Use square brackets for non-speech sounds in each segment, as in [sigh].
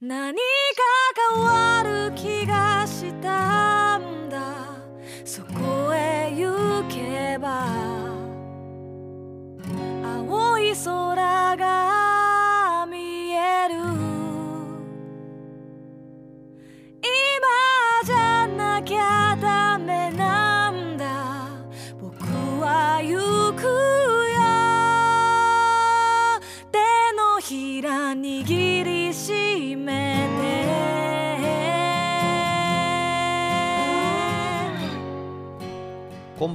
何か変わる気がしたんだそこへ行けば青い空が見える今じゃなきゃダメなんだ僕は行くよ手のひら握りしめてこん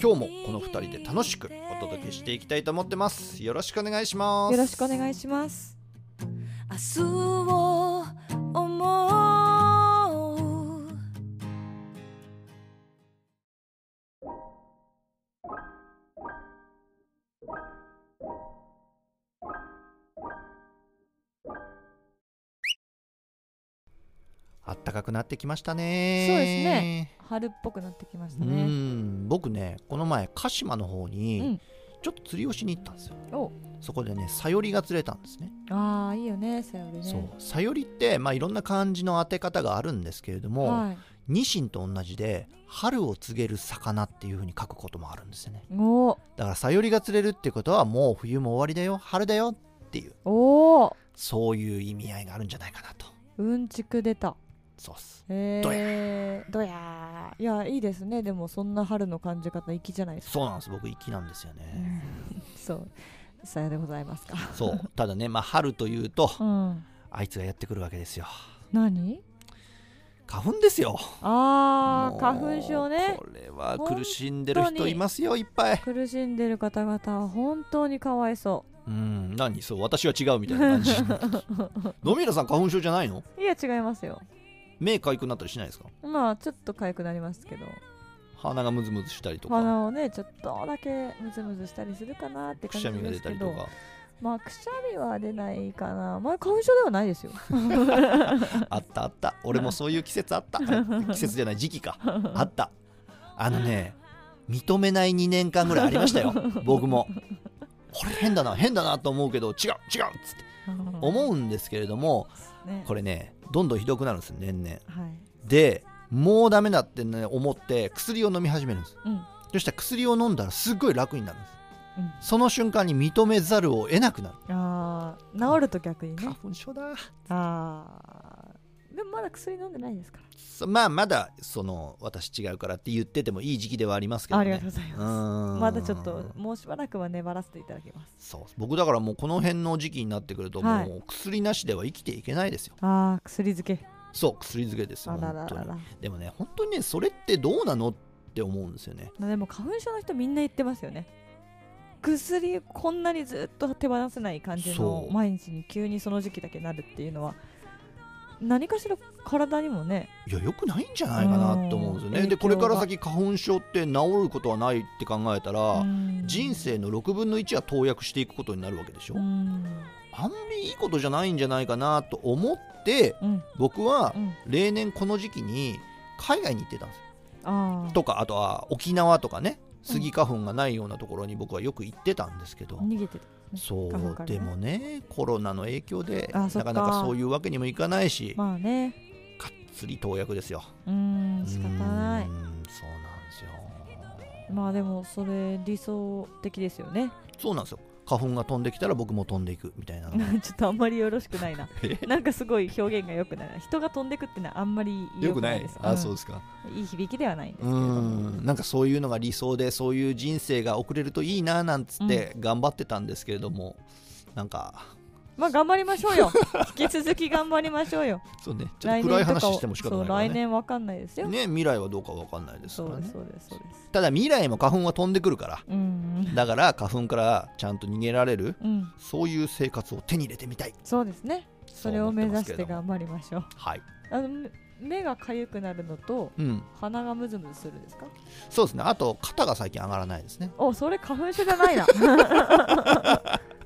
今日もこの2人で楽しくお届けしていきたいと思ってますよろしくお願いしますよろしくお願いします。明日を思うあったかくなってきましたそうですねね春っぽくなってきましうたね。ん僕ねこの前鹿島の方うにんちょっと釣りをしに行ったんですよ、おそこでねさよりが釣れたんですねああいいよね、さよりね。そうさよりって、まあ、いろんな漢字の当て方があるんですけれども、はニシンと同じで春を告げる魚っていう風に書くこともあるんですよねい。おーだからさよりが釣れるってことはもう冬も終わりだよ春だよっていうおーそういう意味合いがあるんじゃないかなとうんちく出た。そうっすどえー、どやー。いやいいですね。でもそんな春の感じ方粋じゃないですか。そうなんです僕粋なんですよねそう。さよでございますか。そうただねまあ春というとうん。あいつがやってくるわけですよ何？花粉ですよあもあう花粉症ね。これは苦しんでる人いますよいっぱい苦しんでる方々は本当にかわいそうん何そう私は違うみたいな感 [laughs] じ野宮さん花粉症じゃないのう。いや違いますよ。目かゆくなったりしないですかまあちょっと痒くなりますけど。鼻がムズムズしたりとか鼻をねちょっとだけムズムズしたりするかなってく感しじゃみがで出すたけりとどかまあくしゃみは出ないかなまあ花粉症ではないですよあったあった俺もそういう季節あった [laughs] あれ季節じゃない時期かあったあのね認めない2年間ぐらいありました [laughs] よ僕もこれ変だな変だなと思うけど違う違うっつって思うんですけれどもねこれねどんどんひどくなるんですよ年々はいでもうダメだってね思って薬を飲み始めるんですうんそしたら薬を飲んだらすっごい楽になるんですうんその瞬間に認めざるを得なくなるあー治ると逆に花ね粉症だあーでもまだ薬飲んでないですかそまあまだその私違うからって言っててもいい時期ではありますけらどあねりがとうございますうんまだちょっともうしばらくは粘らせていただきますそう僕だからもうこの辺の時期になってくるとはいもう薬なしでは生きていけないですよ、あー薬漬けそう薬漬けですよあららら本当にらでもね本当にねそれってどうなのって思うんですよねでも花粉症の人みんな言ってますよね薬こんなにずっと手放せない感じそのう毎日に急にその時期だけなるっていうのは何かしら体にもねいやよくないんじゃないかなと思うんですよねうんでこれから影先花粉症って治ることはないって考えたら、うん人生の6分の1は投薬していくことになるわけでしょ、うんあんまりいいことじゃないんじゃないかなと思ってうん僕はうん例年この時期に海外に行ってたんですよああとかあとは沖縄とかねスギ花粉がないようなところに僕はよく行ってたんですけど、逃げてるそ花粉からうねでもねコロナの影響であなそっかかなかそういうわけにもいかないし、まあねかっつり投薬ですようん仕方なういーんそうなんですよまあでもそれ理想的ですよねそうなんですよ花粉が飛んできたら僕も飛んでいくみたいなのが [laughs] ちょっとあんまりよろしくないな [laughs] えなんかすごい表現が良くない人が飛んでくってのはあんまり良くないですうんすかいい響きではないんですけうれどもんなんかそういうのが理想でそういう人生が送れるといいななんつって頑張ってたんですけれども、なんかまあ頑張りましょう [laughs] よ引き続き頑張りましょうよそうね [laughs] ちょっと暗い話しても仕方そなういから来ね年わかんないですよ、ね未来はどうかわかんないですそうからでねすそうですそうですただ未来も花粉は飛んでくるからうんだから花粉からちゃんと逃げられるうんそういう生活を手に入れてみたいそうですねそれを目指してが頑張りましょうはい、あのめ目が痒くなるのとうん、鼻がムズムズするですかそうですねあと肩が最近上がらないですねおそれ花粉症じゃ [laughs] ないな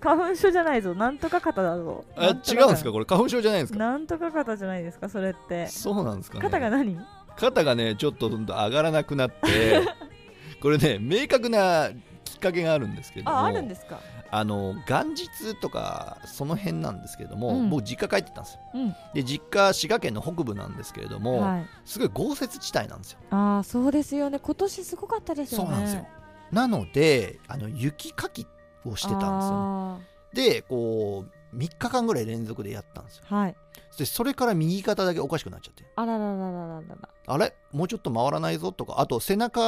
花粉症じゃないぞなんとか肩だぞあなんと違かうんですかこれ花粉症じゃないんですかなんとか肩じゃないですかそれってそうなんですか、ね、肩が何肩がねちょっとどんどん上がらなくなって [laughs] これね明確なきっかけがあるんですけれどもああるんですかあの元日とかその辺なんですけれども、うん僕実家帰ってたんですようんで実家滋賀県の北部なんですけれども、はいすごい豪雪地帯なんですよああそうですよね今年すごかったですよそねうなんですよなのであの雪かきをしてたんですよあね、でこう3日間ぐらい連続でやったんですよーはいでそれから右肩だけおかしくなっちゃってあらららららららあれもうちょっと回らないぞとかあと背中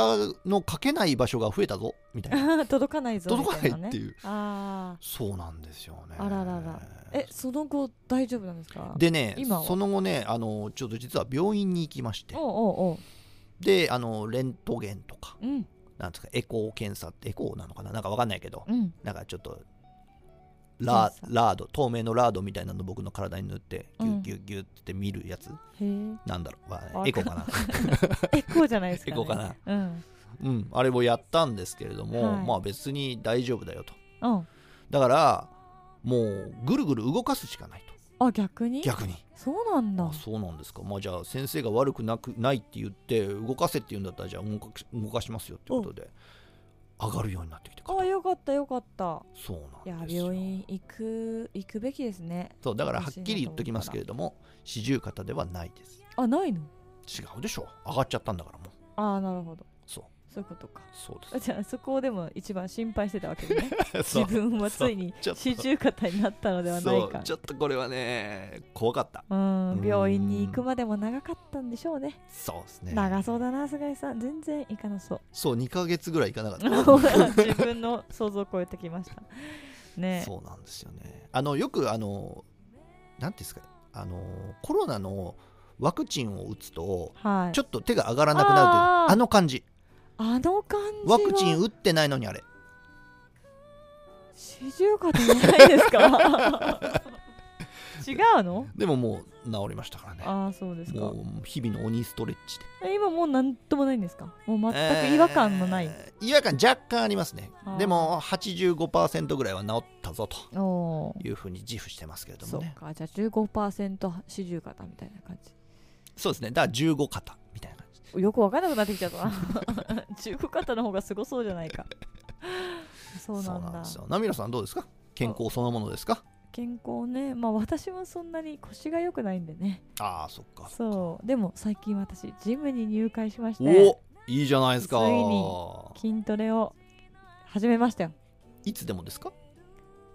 のかけない場所が増えたぞみたいな [laughs] ら届かないぞみ届たいかなないねっていうあそうなんですよねあらららえその後大丈夫なんですかでね今はその後ねあのちょっと実は病院に行きましておうおうおであのレントゲンとかううんなんですかエコー検査ってエコーなのかななんかわかんないけどうんなんかちょっとラ検ラード透明のラードみたいなの僕の体に塗ってうギュッんギュッギュッって見るやつ、 [laughs] へなんだろう、まあわかエコかな [laughs] えエコーじゃないですか、エね、コかなうんうんあれをやったんですけれども、はいまあ別に大丈夫だよとうんだからもうぐるぐる動かすしかないとあ逆に逆にそうなんだあそうなんですかまあじゃあ先生が悪くなくないって言って動かせって言うんだったらじゃあ動かし動かしますよってことで上がるようになってきてあよかったよかったそういやなんですよ病院行く行くべきですねそうだからはっきり言っときますけれども四十肩ではないですあないの違うでしょ上がっちゃったんだからもうああなるほどそうそういうことかそうであじゃあそこをでも一番心配してたわけで [laughs] ね [laughs] す自分はついにそうちょっ四と十肩になったのではない [laughs] そうかちょっとこれはね怖かったうん病院に行くまでも長かったんでしょうねそうですね長そうだな菅井さん全然行かなそうそう2ヶ月ぐらい行かなかった [laughs] 自分の想像を超えてきましたねそうなんですよね。あのよくあのなんていうんですかあのコロナのワクチンを打つとはいちょっと手が上がらなくなるというああーの感じあの感じはワクチン打ってないのにあれ四十肩じゃないですか [laughs] 違うのでももう治りましたからねああそうですかもう日々の鬼ストレッチでえ今もうなんともないんですかもう全く違和感のない、えー違和感若干ありますねあーでも85%ぐらいは治ったぞとおおいうふうに自負してますけれどそもうねかじゃあ15%四十肩みたいな感じそうですねだから15肩みたいな感じよくわかんなくなってきちゃったな [laughs] 15肩の方がすごそうじゃないかそうなんだですよナミラさんどうですか健康そのものですか健康ねまあ私はそんなに腰が良くないんでねああそっかそうでも最近私ジムに入会しましておいいじゃないですかついに筋トレを始めましたよいつでもですか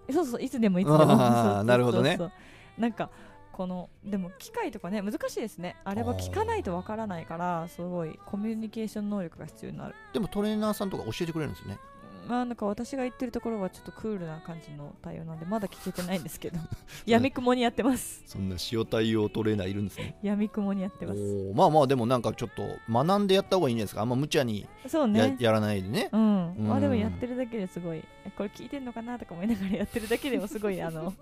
えそうそういつでもいつでもあーそうそうそうなるほどねそうなんかこのでも機械とかね難しいですねあれは聞かないとわからないからすごいコミュニケーション能力が必要になるでもトレーナーさんとか教えてくれるんですよねまあなんか私が言ってるところはちょっとクールな感じの対応なんでまだ聞けてないんです [laughs] けどやみくもにやってますそんな塩対応トレーナーいるんですねやみくもにやっておますーまあまあでもなんかちょっと学んでやった方がいいんじゃないですかあんま無茶にそうや,、ねやらないでねうん、まうあんでもやってるだけですごいえこれ聞いてんのかなとか思いながらやってるだけでもすごいあ [laughs] の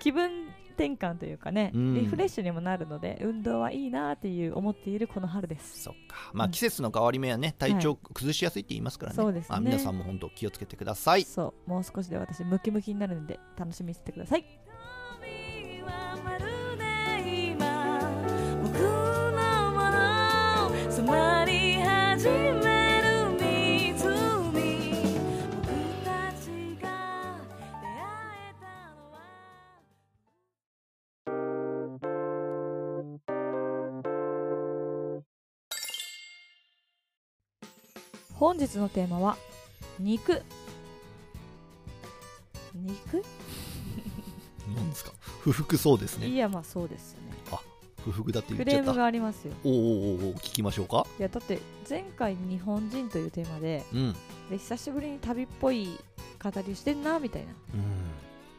気分転換というかね、うんリフレッシュにもなるので運動はいいなっていう思っているこの春ですそっかまあ季節の変わり目はね体調崩しやすいって言いますからね、そうですねまあ、皆さんも本当気をつけてくださいそうもう少しで私ムキムキになるので楽しみにしてください君はまるで今僕のもの染まり始める湖僕たちが出会えたのは本日のテーマは肉肉何ですか不服そうですいねやまあそうですよね不服だって言クっちレゃっームたがありますよおーおーおーおー聞きましょうかいやだって前回日本人というテーマでうんうんで久しぶりに旅っぽい語りしてんなみたいな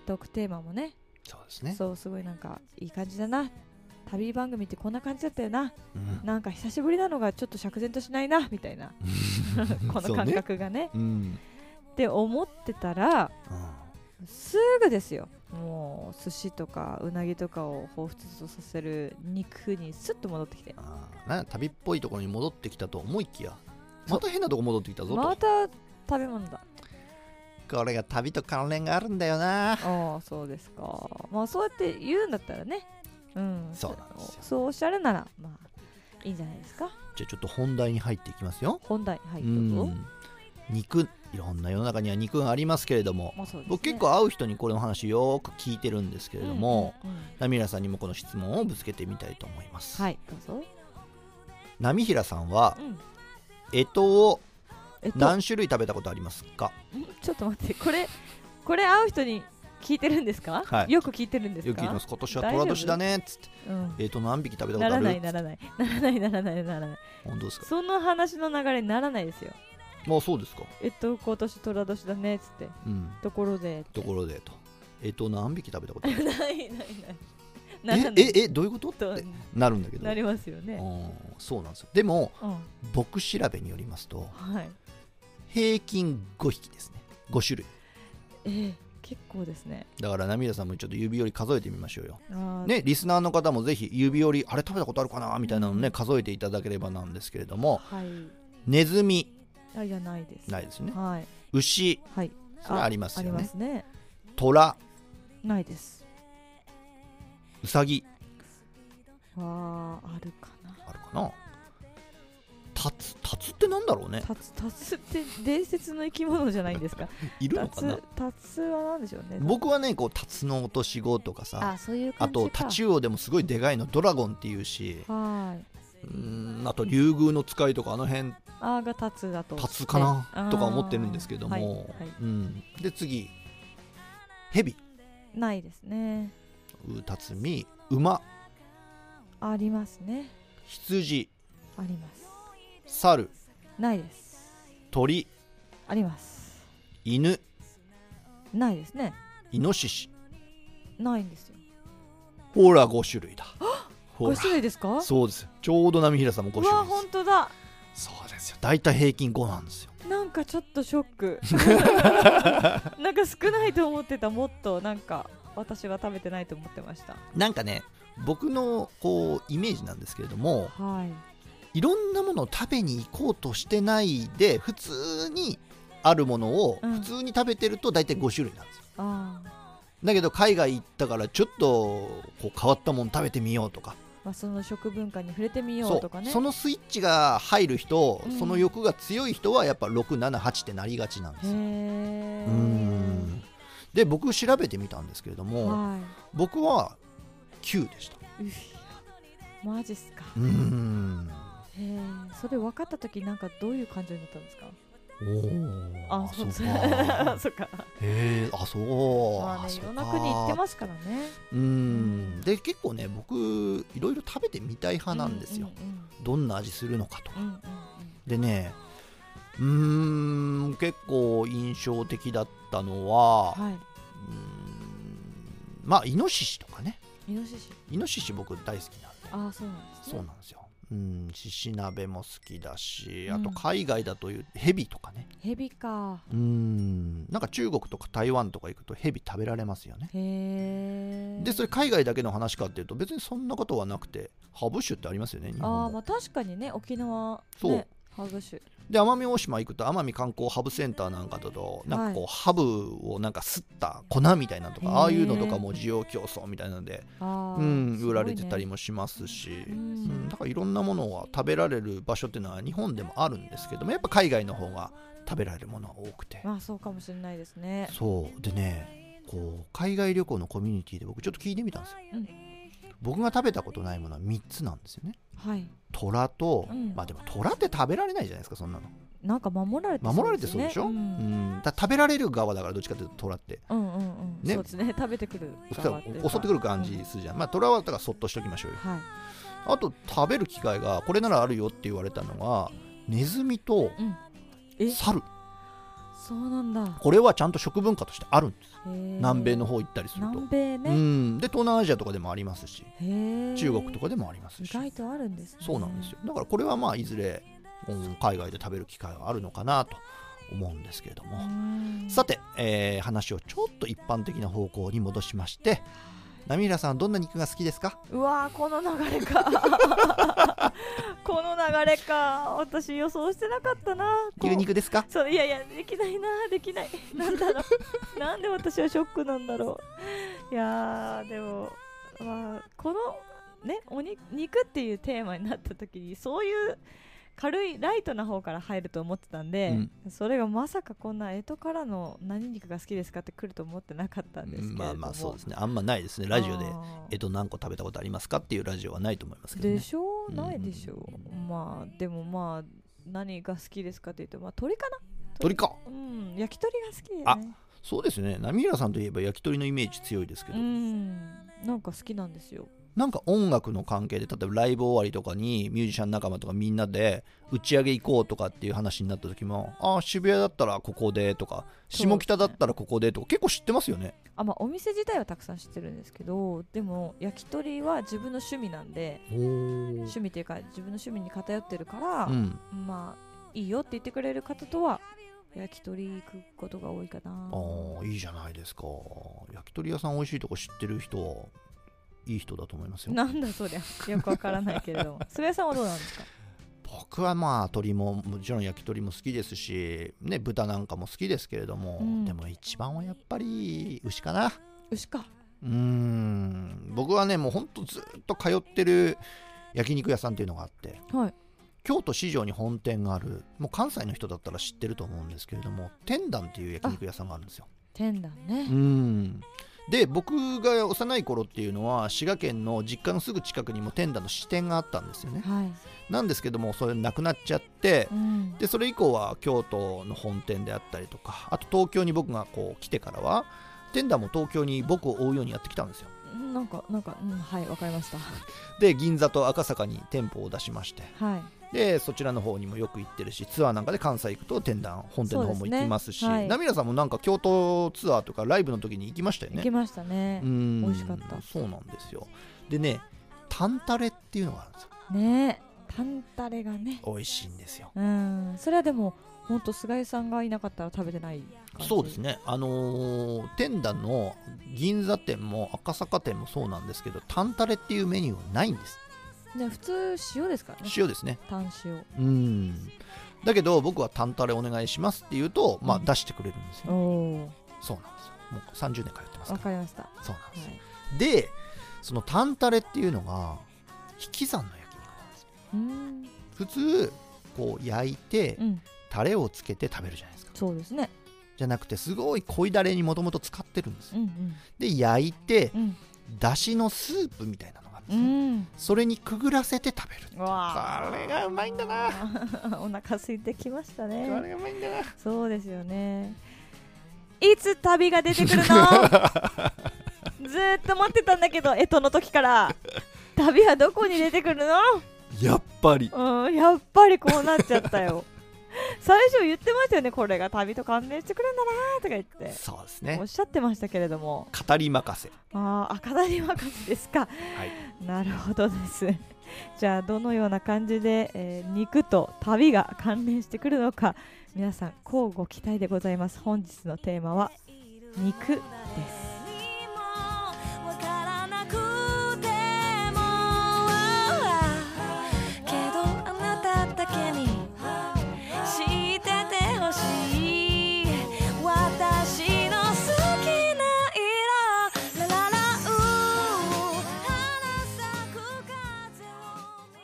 トークテーマもねそうですねそうすごいなんかいい感じだな旅番組ってこんな感じだったよなうんなんか久しぶりなのがちょっと釈然としないなみたい [laughs] な [laughs] こそのうね感覚がねうん、って思ってたらうんすぐですよもう寿司とかうなぎとかを彷彿とさせる肉にスッと戻ってきてあーなんか旅っぽいところに戻ってきたと思いきやまた変なとこ戻ってきたぞと、また食べ物だこれが旅と関連があるんだよなああそうですかまあそうやって言うんだったらねうんそうなんですよそうおっしゃるならまあいいんじゃないですかじゃあちょっと本題に入っていきますよ本題はいうどうぞん肉いろんな世の中には肉がありますけれどもまあそうですね僕結構会う人にこれの話よーく聞いてるんですけれども、うんうんうんナミラさんにもこの質問をぶつけてみたいと思います、はいどうぞナミヒラさんはうん干支をえっと何種類食べたことありますかんちょっと待ってこれこれ会う人に聞いてるんですか、はいよく聞いてるんですかよく言います今年は寅年だねっつってうん干支何匹食べたことなあらるないならないならないならないならない本当ですかその話の流れにならないですよまあそうですかえっと今年寅年だねっつってうんところでところでと干支何匹食べたことある [laughs] ないない [laughs] ないならないえええどういうこととってなるんだけどなりますよねうんそうなんですよでもうん僕調べによりますとはい平均5匹ですね5種類えー結構ですねだから涙さんもちょっと指折り数えてみましょうよあーね、リスナーの方もぜひ指折りあれ食べたことあるかなみたいなのね数えていただければなんですけれどもはいネズミあいやないですないですねはい牛はいそれはありますありよまねすね虎ないですウサギわああるかなあるかなタツタツってなんだろうねタツタツって伝説の生き物じゃないんですかいるタのかなツタツは何でしょうね僕はねこうタツの落とし子とかさあそういう感あじかとタチウオでもすごいでかいのドラゴンっていうしはいうんあと竜宮の使いとかあの辺あーがタツだとタツかなねとか思ってるんですけども、あーはいはうん、で次ヘビないですねうタツミ馬ありますね羊あります猿ないです鳥あります犬ないですねイノシシないんですよほら5種類だほ5ら種類ですかそうですちょうど波平さんもう5わ種類本で当だすそうですよ大体平均5なんですよなんかちょっとショッ [laughs] クなんか少ないと思ってたもっとなんか私は食べてないと思ってましたなんかね僕のこうイメージなんですけれどもはいいろんなものを食べに行こうとしてないで普通にあるものをうん普通に食べてると大体5種類なんですよ、あーだけど海外行ったからちょっとこう変わったもの食べてみようとかまあ、その食文化に触れてみようそとかうねそのスイッチが入る人、うんその欲が強い人はやっぱ678ってなりがちなんでへすよえうーんで僕調べてみたんですけれどもは僕は9でしたいうっマジっすかうーんへえそれ分かった時なんかどういう感情になったんですかおーああそそううか [laughs] かそうかへえあそうまあねいそうろんかな国行ってますからねうーんで結構ね僕いろいろ食べてみたい派なんですよ、うんどんな味するのかとうんうんうんうんでねうーん結構印象的だったのは、うんはうーんまあイノシシとかねいイノシシイノシシ僕大好きなんでああそうなんですねそうなんですようん獅子鍋も好きだしあうとん海外だというヘビとかねヘビかうんなんか中国とか台湾とか行くとヘビ食べられますよねへえでそれ海外だけの話かっていうと別にそんなことはなくてハブ酒ってありますよね日あ本あもまあ確かにね沖縄そうねハグシュで奄美大島行くと奄美観光ハブセンターなんかだとなんかこう、ハブをなんかすった粉みたいなのとへかーああいうのとかも需要競争みたいなので、ああうん、すごいね売られてたりもしますし、ううんん、だからいろんなものが食べられる場所っていうのは日本でもあるんですけどもやっぱ海外の方が食べられるものが多くてまあそうかもしれないですねそうでねこう海外旅行のコミュニティで僕ちょっと聞いてみたんですよ、うん僕が食べたことないものは3つなんですよねはい虎と、うんまあでも虎って食べられないじゃないですかそんなのなんか守られて守られてそうでしょ、ううんんだ食べられる側だからどっちかというと虎ってうんうんうんねそうですね食べてくる側いうか襲ってくる感じするじゃん、まあ虎はだからそっとしときましょうよはいあと食べる機会がこれならあるよって言われたのがネズミとうんえ猿そうなんだこれはちゃんと食文化としてあるんですへえ南米の方行ったりすると、南米うねんで東南アジアとかでもありますしへえ中国とかでもあります意し外とあるんですねそうなんですよだからこれはまあいずれ、うん海外で食べる機会はあるのかなと思うんですけれども、うんさて、えー話をちょっと一般的な方向に戻しまして波平さんどんな肉が好きですかうわーこの流れか [laughs] この流れか私予想してなかったなこう牛肉ですかそういやいやできないなできない [laughs] なんだろうなんで私はショックなんだろういやーでもまあこのねおに肉っていうテーマになった時にそういう軽いライトな方から入ると思ってたんで、それがまさかこんな干支からの何肉が好きですかって来ると思ってなかったんですけれどもまあまあそうですねあんまないですねラジオであーえっと何個食べたことありますかっていうラジオはないと思いますけどでねしょうないでしょうう、まあでもまあ何が好きですかって言うとまあ鳥かな鳥かうん焼き鳥が好きで、ね、あそうですね波平さんといえば焼き鳥のイメージ強いですけど、うんなんか好きなんですよなんか音楽の関係で例えばライブ終わりとかにミュージシャン仲間とかみんなで打ち上げ行こうとかっていう話になった時もああ渋谷だったらここでとかそうですね下北だったらここでとか結構知ってますよねあまあお店自体はたくさん知ってるんですけどでも焼き鳥は自分の趣味なんで趣味っていうか自分の趣味に偏ってるから、うんまあいいよって言ってくれる方とは焼き鳥行くことが多いかなあーいいじゃないですか焼き鳥屋さん美味しいとこ知ってる人はいい人だと思いますよなんだそりゃよくわからないけれ [laughs] ども菅谷さんはどうなんですか僕はまあ鶏ももちろん焼き鳥も好きですしね豚なんかも好きですけれども、うんでも一番はやっぱり牛かな牛かうーん僕はねもうほんとずっと通ってる焼肉屋さんっていうのがあってはい京都市場に本店があるもう関西の人だったら知ってると思うんですけれども天壇っていう焼肉屋さんがあるんですよ天壇うねんで僕が幼い頃っていうのは滋賀県の実家のすぐ近くにも天壇の支店があったんですよねはい、なんですけどもそれなくなっちゃってうん、でそれ以降は京都の本店であったりとかあと東京に僕がこう来てからは天壇も東京に僕を追うようにやってきたんですよなんかなんか、うん、はいわかりましたで銀座と赤坂に店舗を出しましてはいでそちらの方にもよく行ってるしツアーなんかで関西行くと天壇本店の方も行きますしそうですねはいナミラさんもなんか京都ツアーとかライブの時に行きましたよ行ねきましたねう、ん美味しかったそうなんですよでねタンタレっていうのがあるんですよねえタンタレがね美味しいんですようんそれはでも本当菅井さんがいなかったら食べてない感じそうですねあのー天壇の銀座店も赤坂店もそうなんですけどタンタレっていうメニューはないんですね普通塩ですからね塩ですね単塩うんだけど僕はタンタレお願いしますって言うと、まあ、うん出してくれるんですよ、おおそうなんですよもう30年通ってますわかかりました、はらそうなんですよ、い、でそのタンタレっていうのが引き算の焼肉なんですようん普通こう焼いて、うんタレをつけて食べるじゃないですかそうですねじゃなくてすごい濃いダレにもともと使ってるんですようんで焼いてうんだしのスープみたいなのがあるんでうすねんそれにくぐらせて食べるうんわこれがうまいんだなあ [laughs] お腹空いてきましたこねれがうまいんだなそうですよねいつ旅が出てく [laughs] るのずーっと待ってたんだけど干支の時から旅はどこに出てくるのやっぱりうん、やっぱりこうなっちゃった [laughs] よ。最初言ってましたよね、これが旅と関連してくるんだなーとか言って。そうですおねっしゃってましたけれども、語り任せああ、赤谷若手ですか。いなるほどです。じゃあ、どのような感じで、えー肉と旅が関連してくるのか、皆さん、乞うご期待でございます。本日のテーマは、肉です。わからなくてもけどあなただけに知っててほしい私の好きな色ラララうー花咲く風を味方に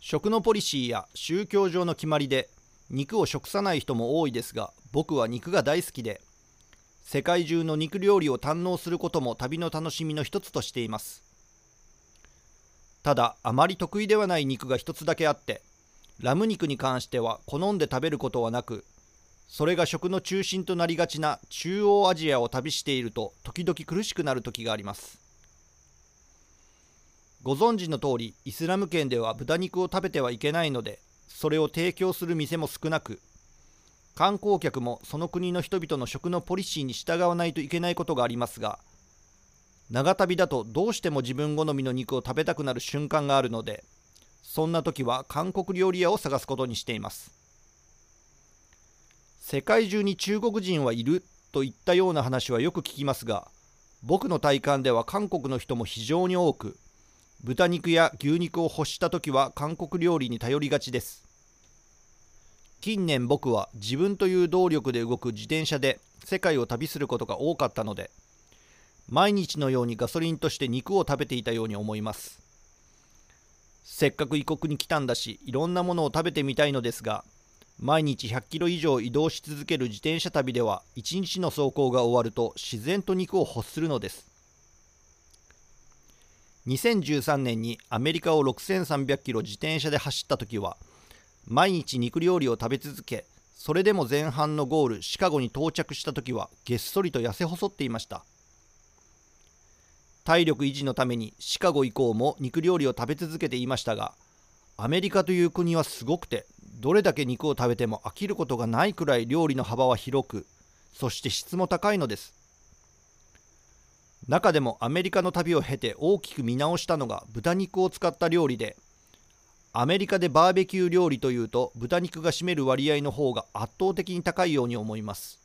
食のポリシーや宗教上の決まりで肉を食さない人も多いですが僕は肉が大好きで世界中の肉料理を堪能することも旅の楽しみの一つとしていますただあまり得意ではない肉が一つだけあってラム肉に関しては好んで食べることはなくそれが食の中心となりがちな中央アジアを旅していると時々苦しくなる時がありますご存知の通りイスラム圏では豚肉を食べてはいけないのでそれを提供する店も少なく観光客もその国の人々の食のポリシーに従わないといけないことがありますが長旅だとどうしても自分好みの肉を食べたくなる瞬間があるのでそんな時は韓国料理屋を探すことにしています世界中に中国人はいるといったような話はよく聞きますが僕の体感では韓国の人も非常に多く豚肉や牛肉を欲した時は韓国料理に頼りがちです近年僕は自分という動力で動く自転車で世界を旅することが多かったので毎日のようにガソリンとして肉を食べていたように思いますせっかく異国に来たんだしいろんなものを食べてみたいのですが毎日100キロ以上移動し続ける自転車旅では1日の走行が終わると自然と肉を欲するのです2013年にアメリカを6300キロ自転車で走った時は毎日肉料理を食べ続けそれでも前半のゴールシカゴに到着した時はげっそりと痩せ細っていました体力維持のためにシカゴ以降も肉料理を食べ続けていましたがアメリカという国はすごくてどれだけ肉を食べても飽きることがないくらい料理の幅は広くそして質も高いのです中でもアメリカの旅を経て大きく見直したのが豚肉を使った料理でアメリカでバーベキュー料理というと豚肉が占める割合の方が圧倒的に高いように思います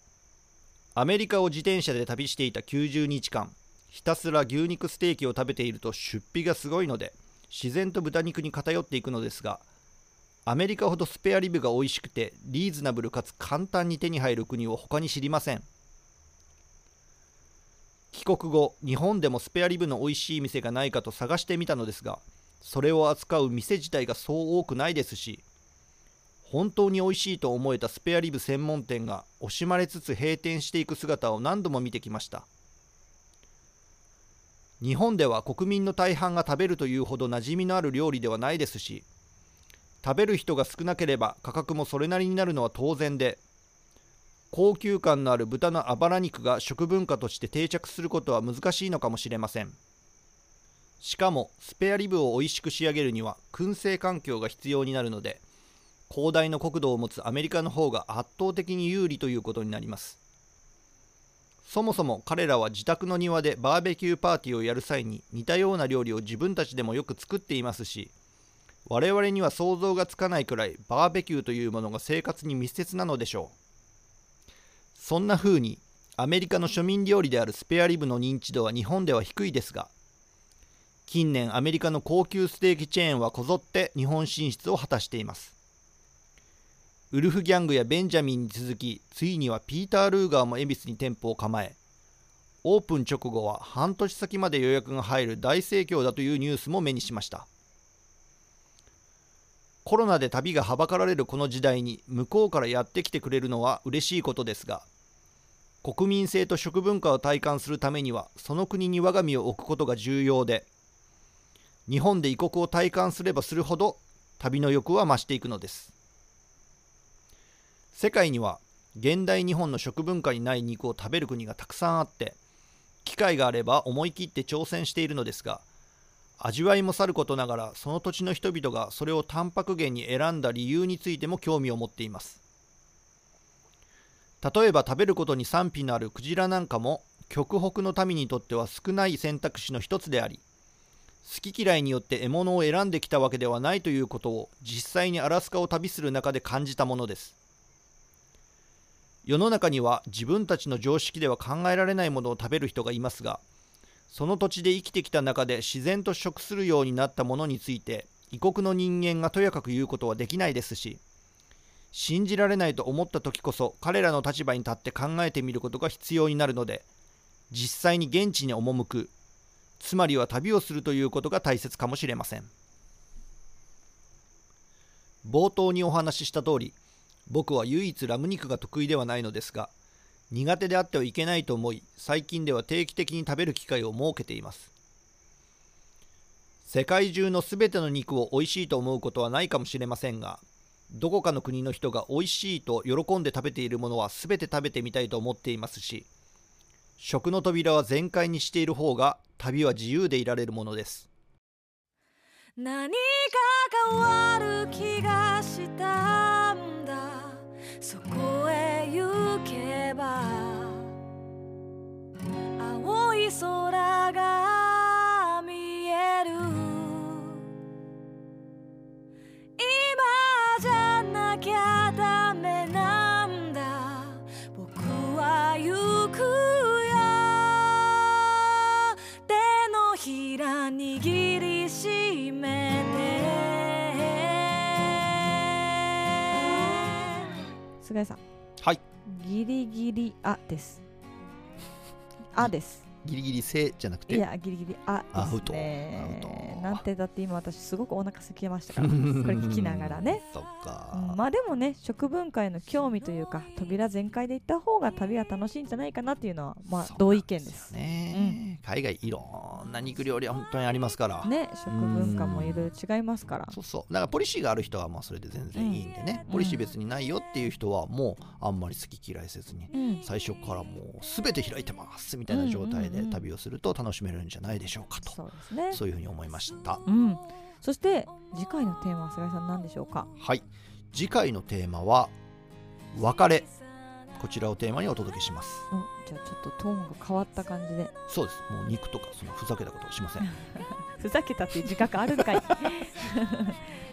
アメリカを自転車で旅していた90日間ひたすら牛肉ステーキを食べていると出費がすごいので自然と豚肉に偏っていくのですがアメリカほどスペアリブが美味しくてリーズナブルかつ簡単に手に入る国を他に知りません帰国後日本でもスペアリブの美味しい店がないかと探してみたのですがそれを扱う店自体がそう多くないですし本当に美味しいと思えたスペアリブ専門店が惜しまれつつ閉店していく姿を何度も見てきました日本では国民の大半が食べるというほど馴染みのある料理ではないですし食べる人が少なければ価格もそれなりになるのは当然で高級感のある豚のあばら肉が食文化として定着することは難しいのかもしれませんしかもスペアリブを美味しく仕上げるには燻製環境が必要になるので広大な国土を持つアメリカの方が圧倒的に有利ということになりますそもそも彼らは自宅の庭でバーベキューパーティーをやる際に似たような料理を自分たちでもよく作っていますし我々には想像がつかないくらいバーベキューというものが生活に密接なのでしょうそんな風にアメリカの庶民料理であるスペアリブの認知度は日本では低いですが近年アメリカの高級ステーキチェーンはこぞって日本進出を果たしていますウルフギャングやベンジャミンに続きついにはピーター・ルーガーも恵比寿に店舗を構えオープン直後は半年先まで予約が入る大盛況だというニュースも目にしましたコロナで旅がはばかられるこの時代に向こうからやってきてくれるのは嬉しいことですが国民性と食文化を体感するためにはその国に我が身を置くことが重要で日本で異国を体感すればするほど旅の欲は増していくのです世界には現代日本の食文化にない肉を食べる国がたくさんあって機会があれば思い切って挑戦しているのですが味わいもさることながらその土地の人々がそれをタンパク源に選んだ理由についても興味を持っています例えば食べることに賛否のあるクジラなんかも極北の民にとっては少ない選択肢の一つであり好き嫌いによって獲物を選んできたわけではないということを実際にアラスカを旅する中で感じたものです世の中には自分たちの常識では考えられないものを食べる人がいますがその土地で生きてきた中で自然と食するようになったものについて異国の人間がとやかく言うことはできないですし信じられないと思った時こそ彼らの立場に立って考えてみることが必要になるので実際に現地に赴くつまりは旅をするということが大切かもしれません冒頭にお話しした通り僕は唯一ラム肉が得意ではないのですが苦手であってはいけないと思い最近では定期的に食べる機会を設けています世界中のすべての肉を美味しいと思うことはないかもしれませんがどこかの国の人が美味しいと喜んで食べているものはすべて食べてみたいと思っていますし食の扉は全開にしている方が旅は自由でいられるものです何か変わる気がしたんだそこへ菅井さんはいギリギリあですあですギリギリせじゃなくいてやギリギリあですねアウトアウトなんてだって今私すごくお腹空きま [laughs] したからこれ聞きながらねそっか、うんまあでもね食文化への興味というか扉全開で行った方が旅は楽しいんじゃないかなっていうのはまあそうなん同意見ですね海外いろんな肉料理は本当にありますから、ね食文化もいろいろ違いますからそうそうだからポリシーがある人はまあそれで全然いいんでね、うんポリシー別にないよっていう人はもうあんまり好き嫌いせずにうん最初からもう全て開いてますみたいな状態で旅をすると楽しめるんじゃないでしょうかと、そうですねそういうふうに思いましたうんそして次回のテーマは菅井さん何でしょうかはい次回のテーマは「別れ」こちらをテーマにお届けしますおじゃあちょっとトーンが変わった感じでそうですもう肉とかそのふざけたことはしませんふざけたっていう自覚あるんかいい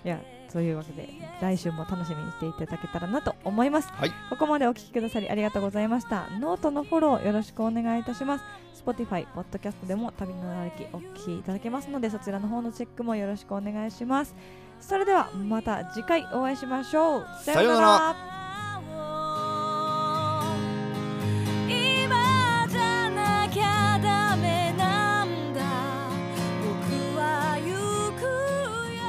やそういうわけで来週も楽しみにしていただけたらなと思います、はいここまでお聞きくださりありがとうございましたノートのフォローよろしくお願いいたします Spotify、Podcast でも旅の歩きお聞きいただけますのでそちらの方のチェックもよろしくお願いしますそれではまた次回お会いしましょうさようなら今じゃなきゃダメなんだ僕は行くよ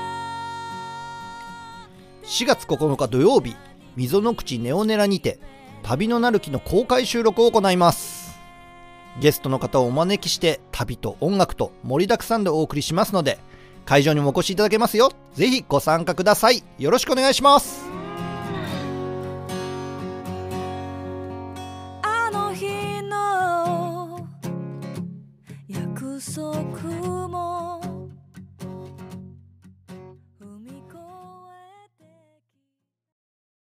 4月9日土曜日溝の口ネオネラにて旅のなる木の公開収録を行いますゲストの方をお招きして旅と音楽と盛りだくさんでお送りしますので会場にもお越しいただけますよぜひご参加くださいよろしくお願いしますあの日の約束も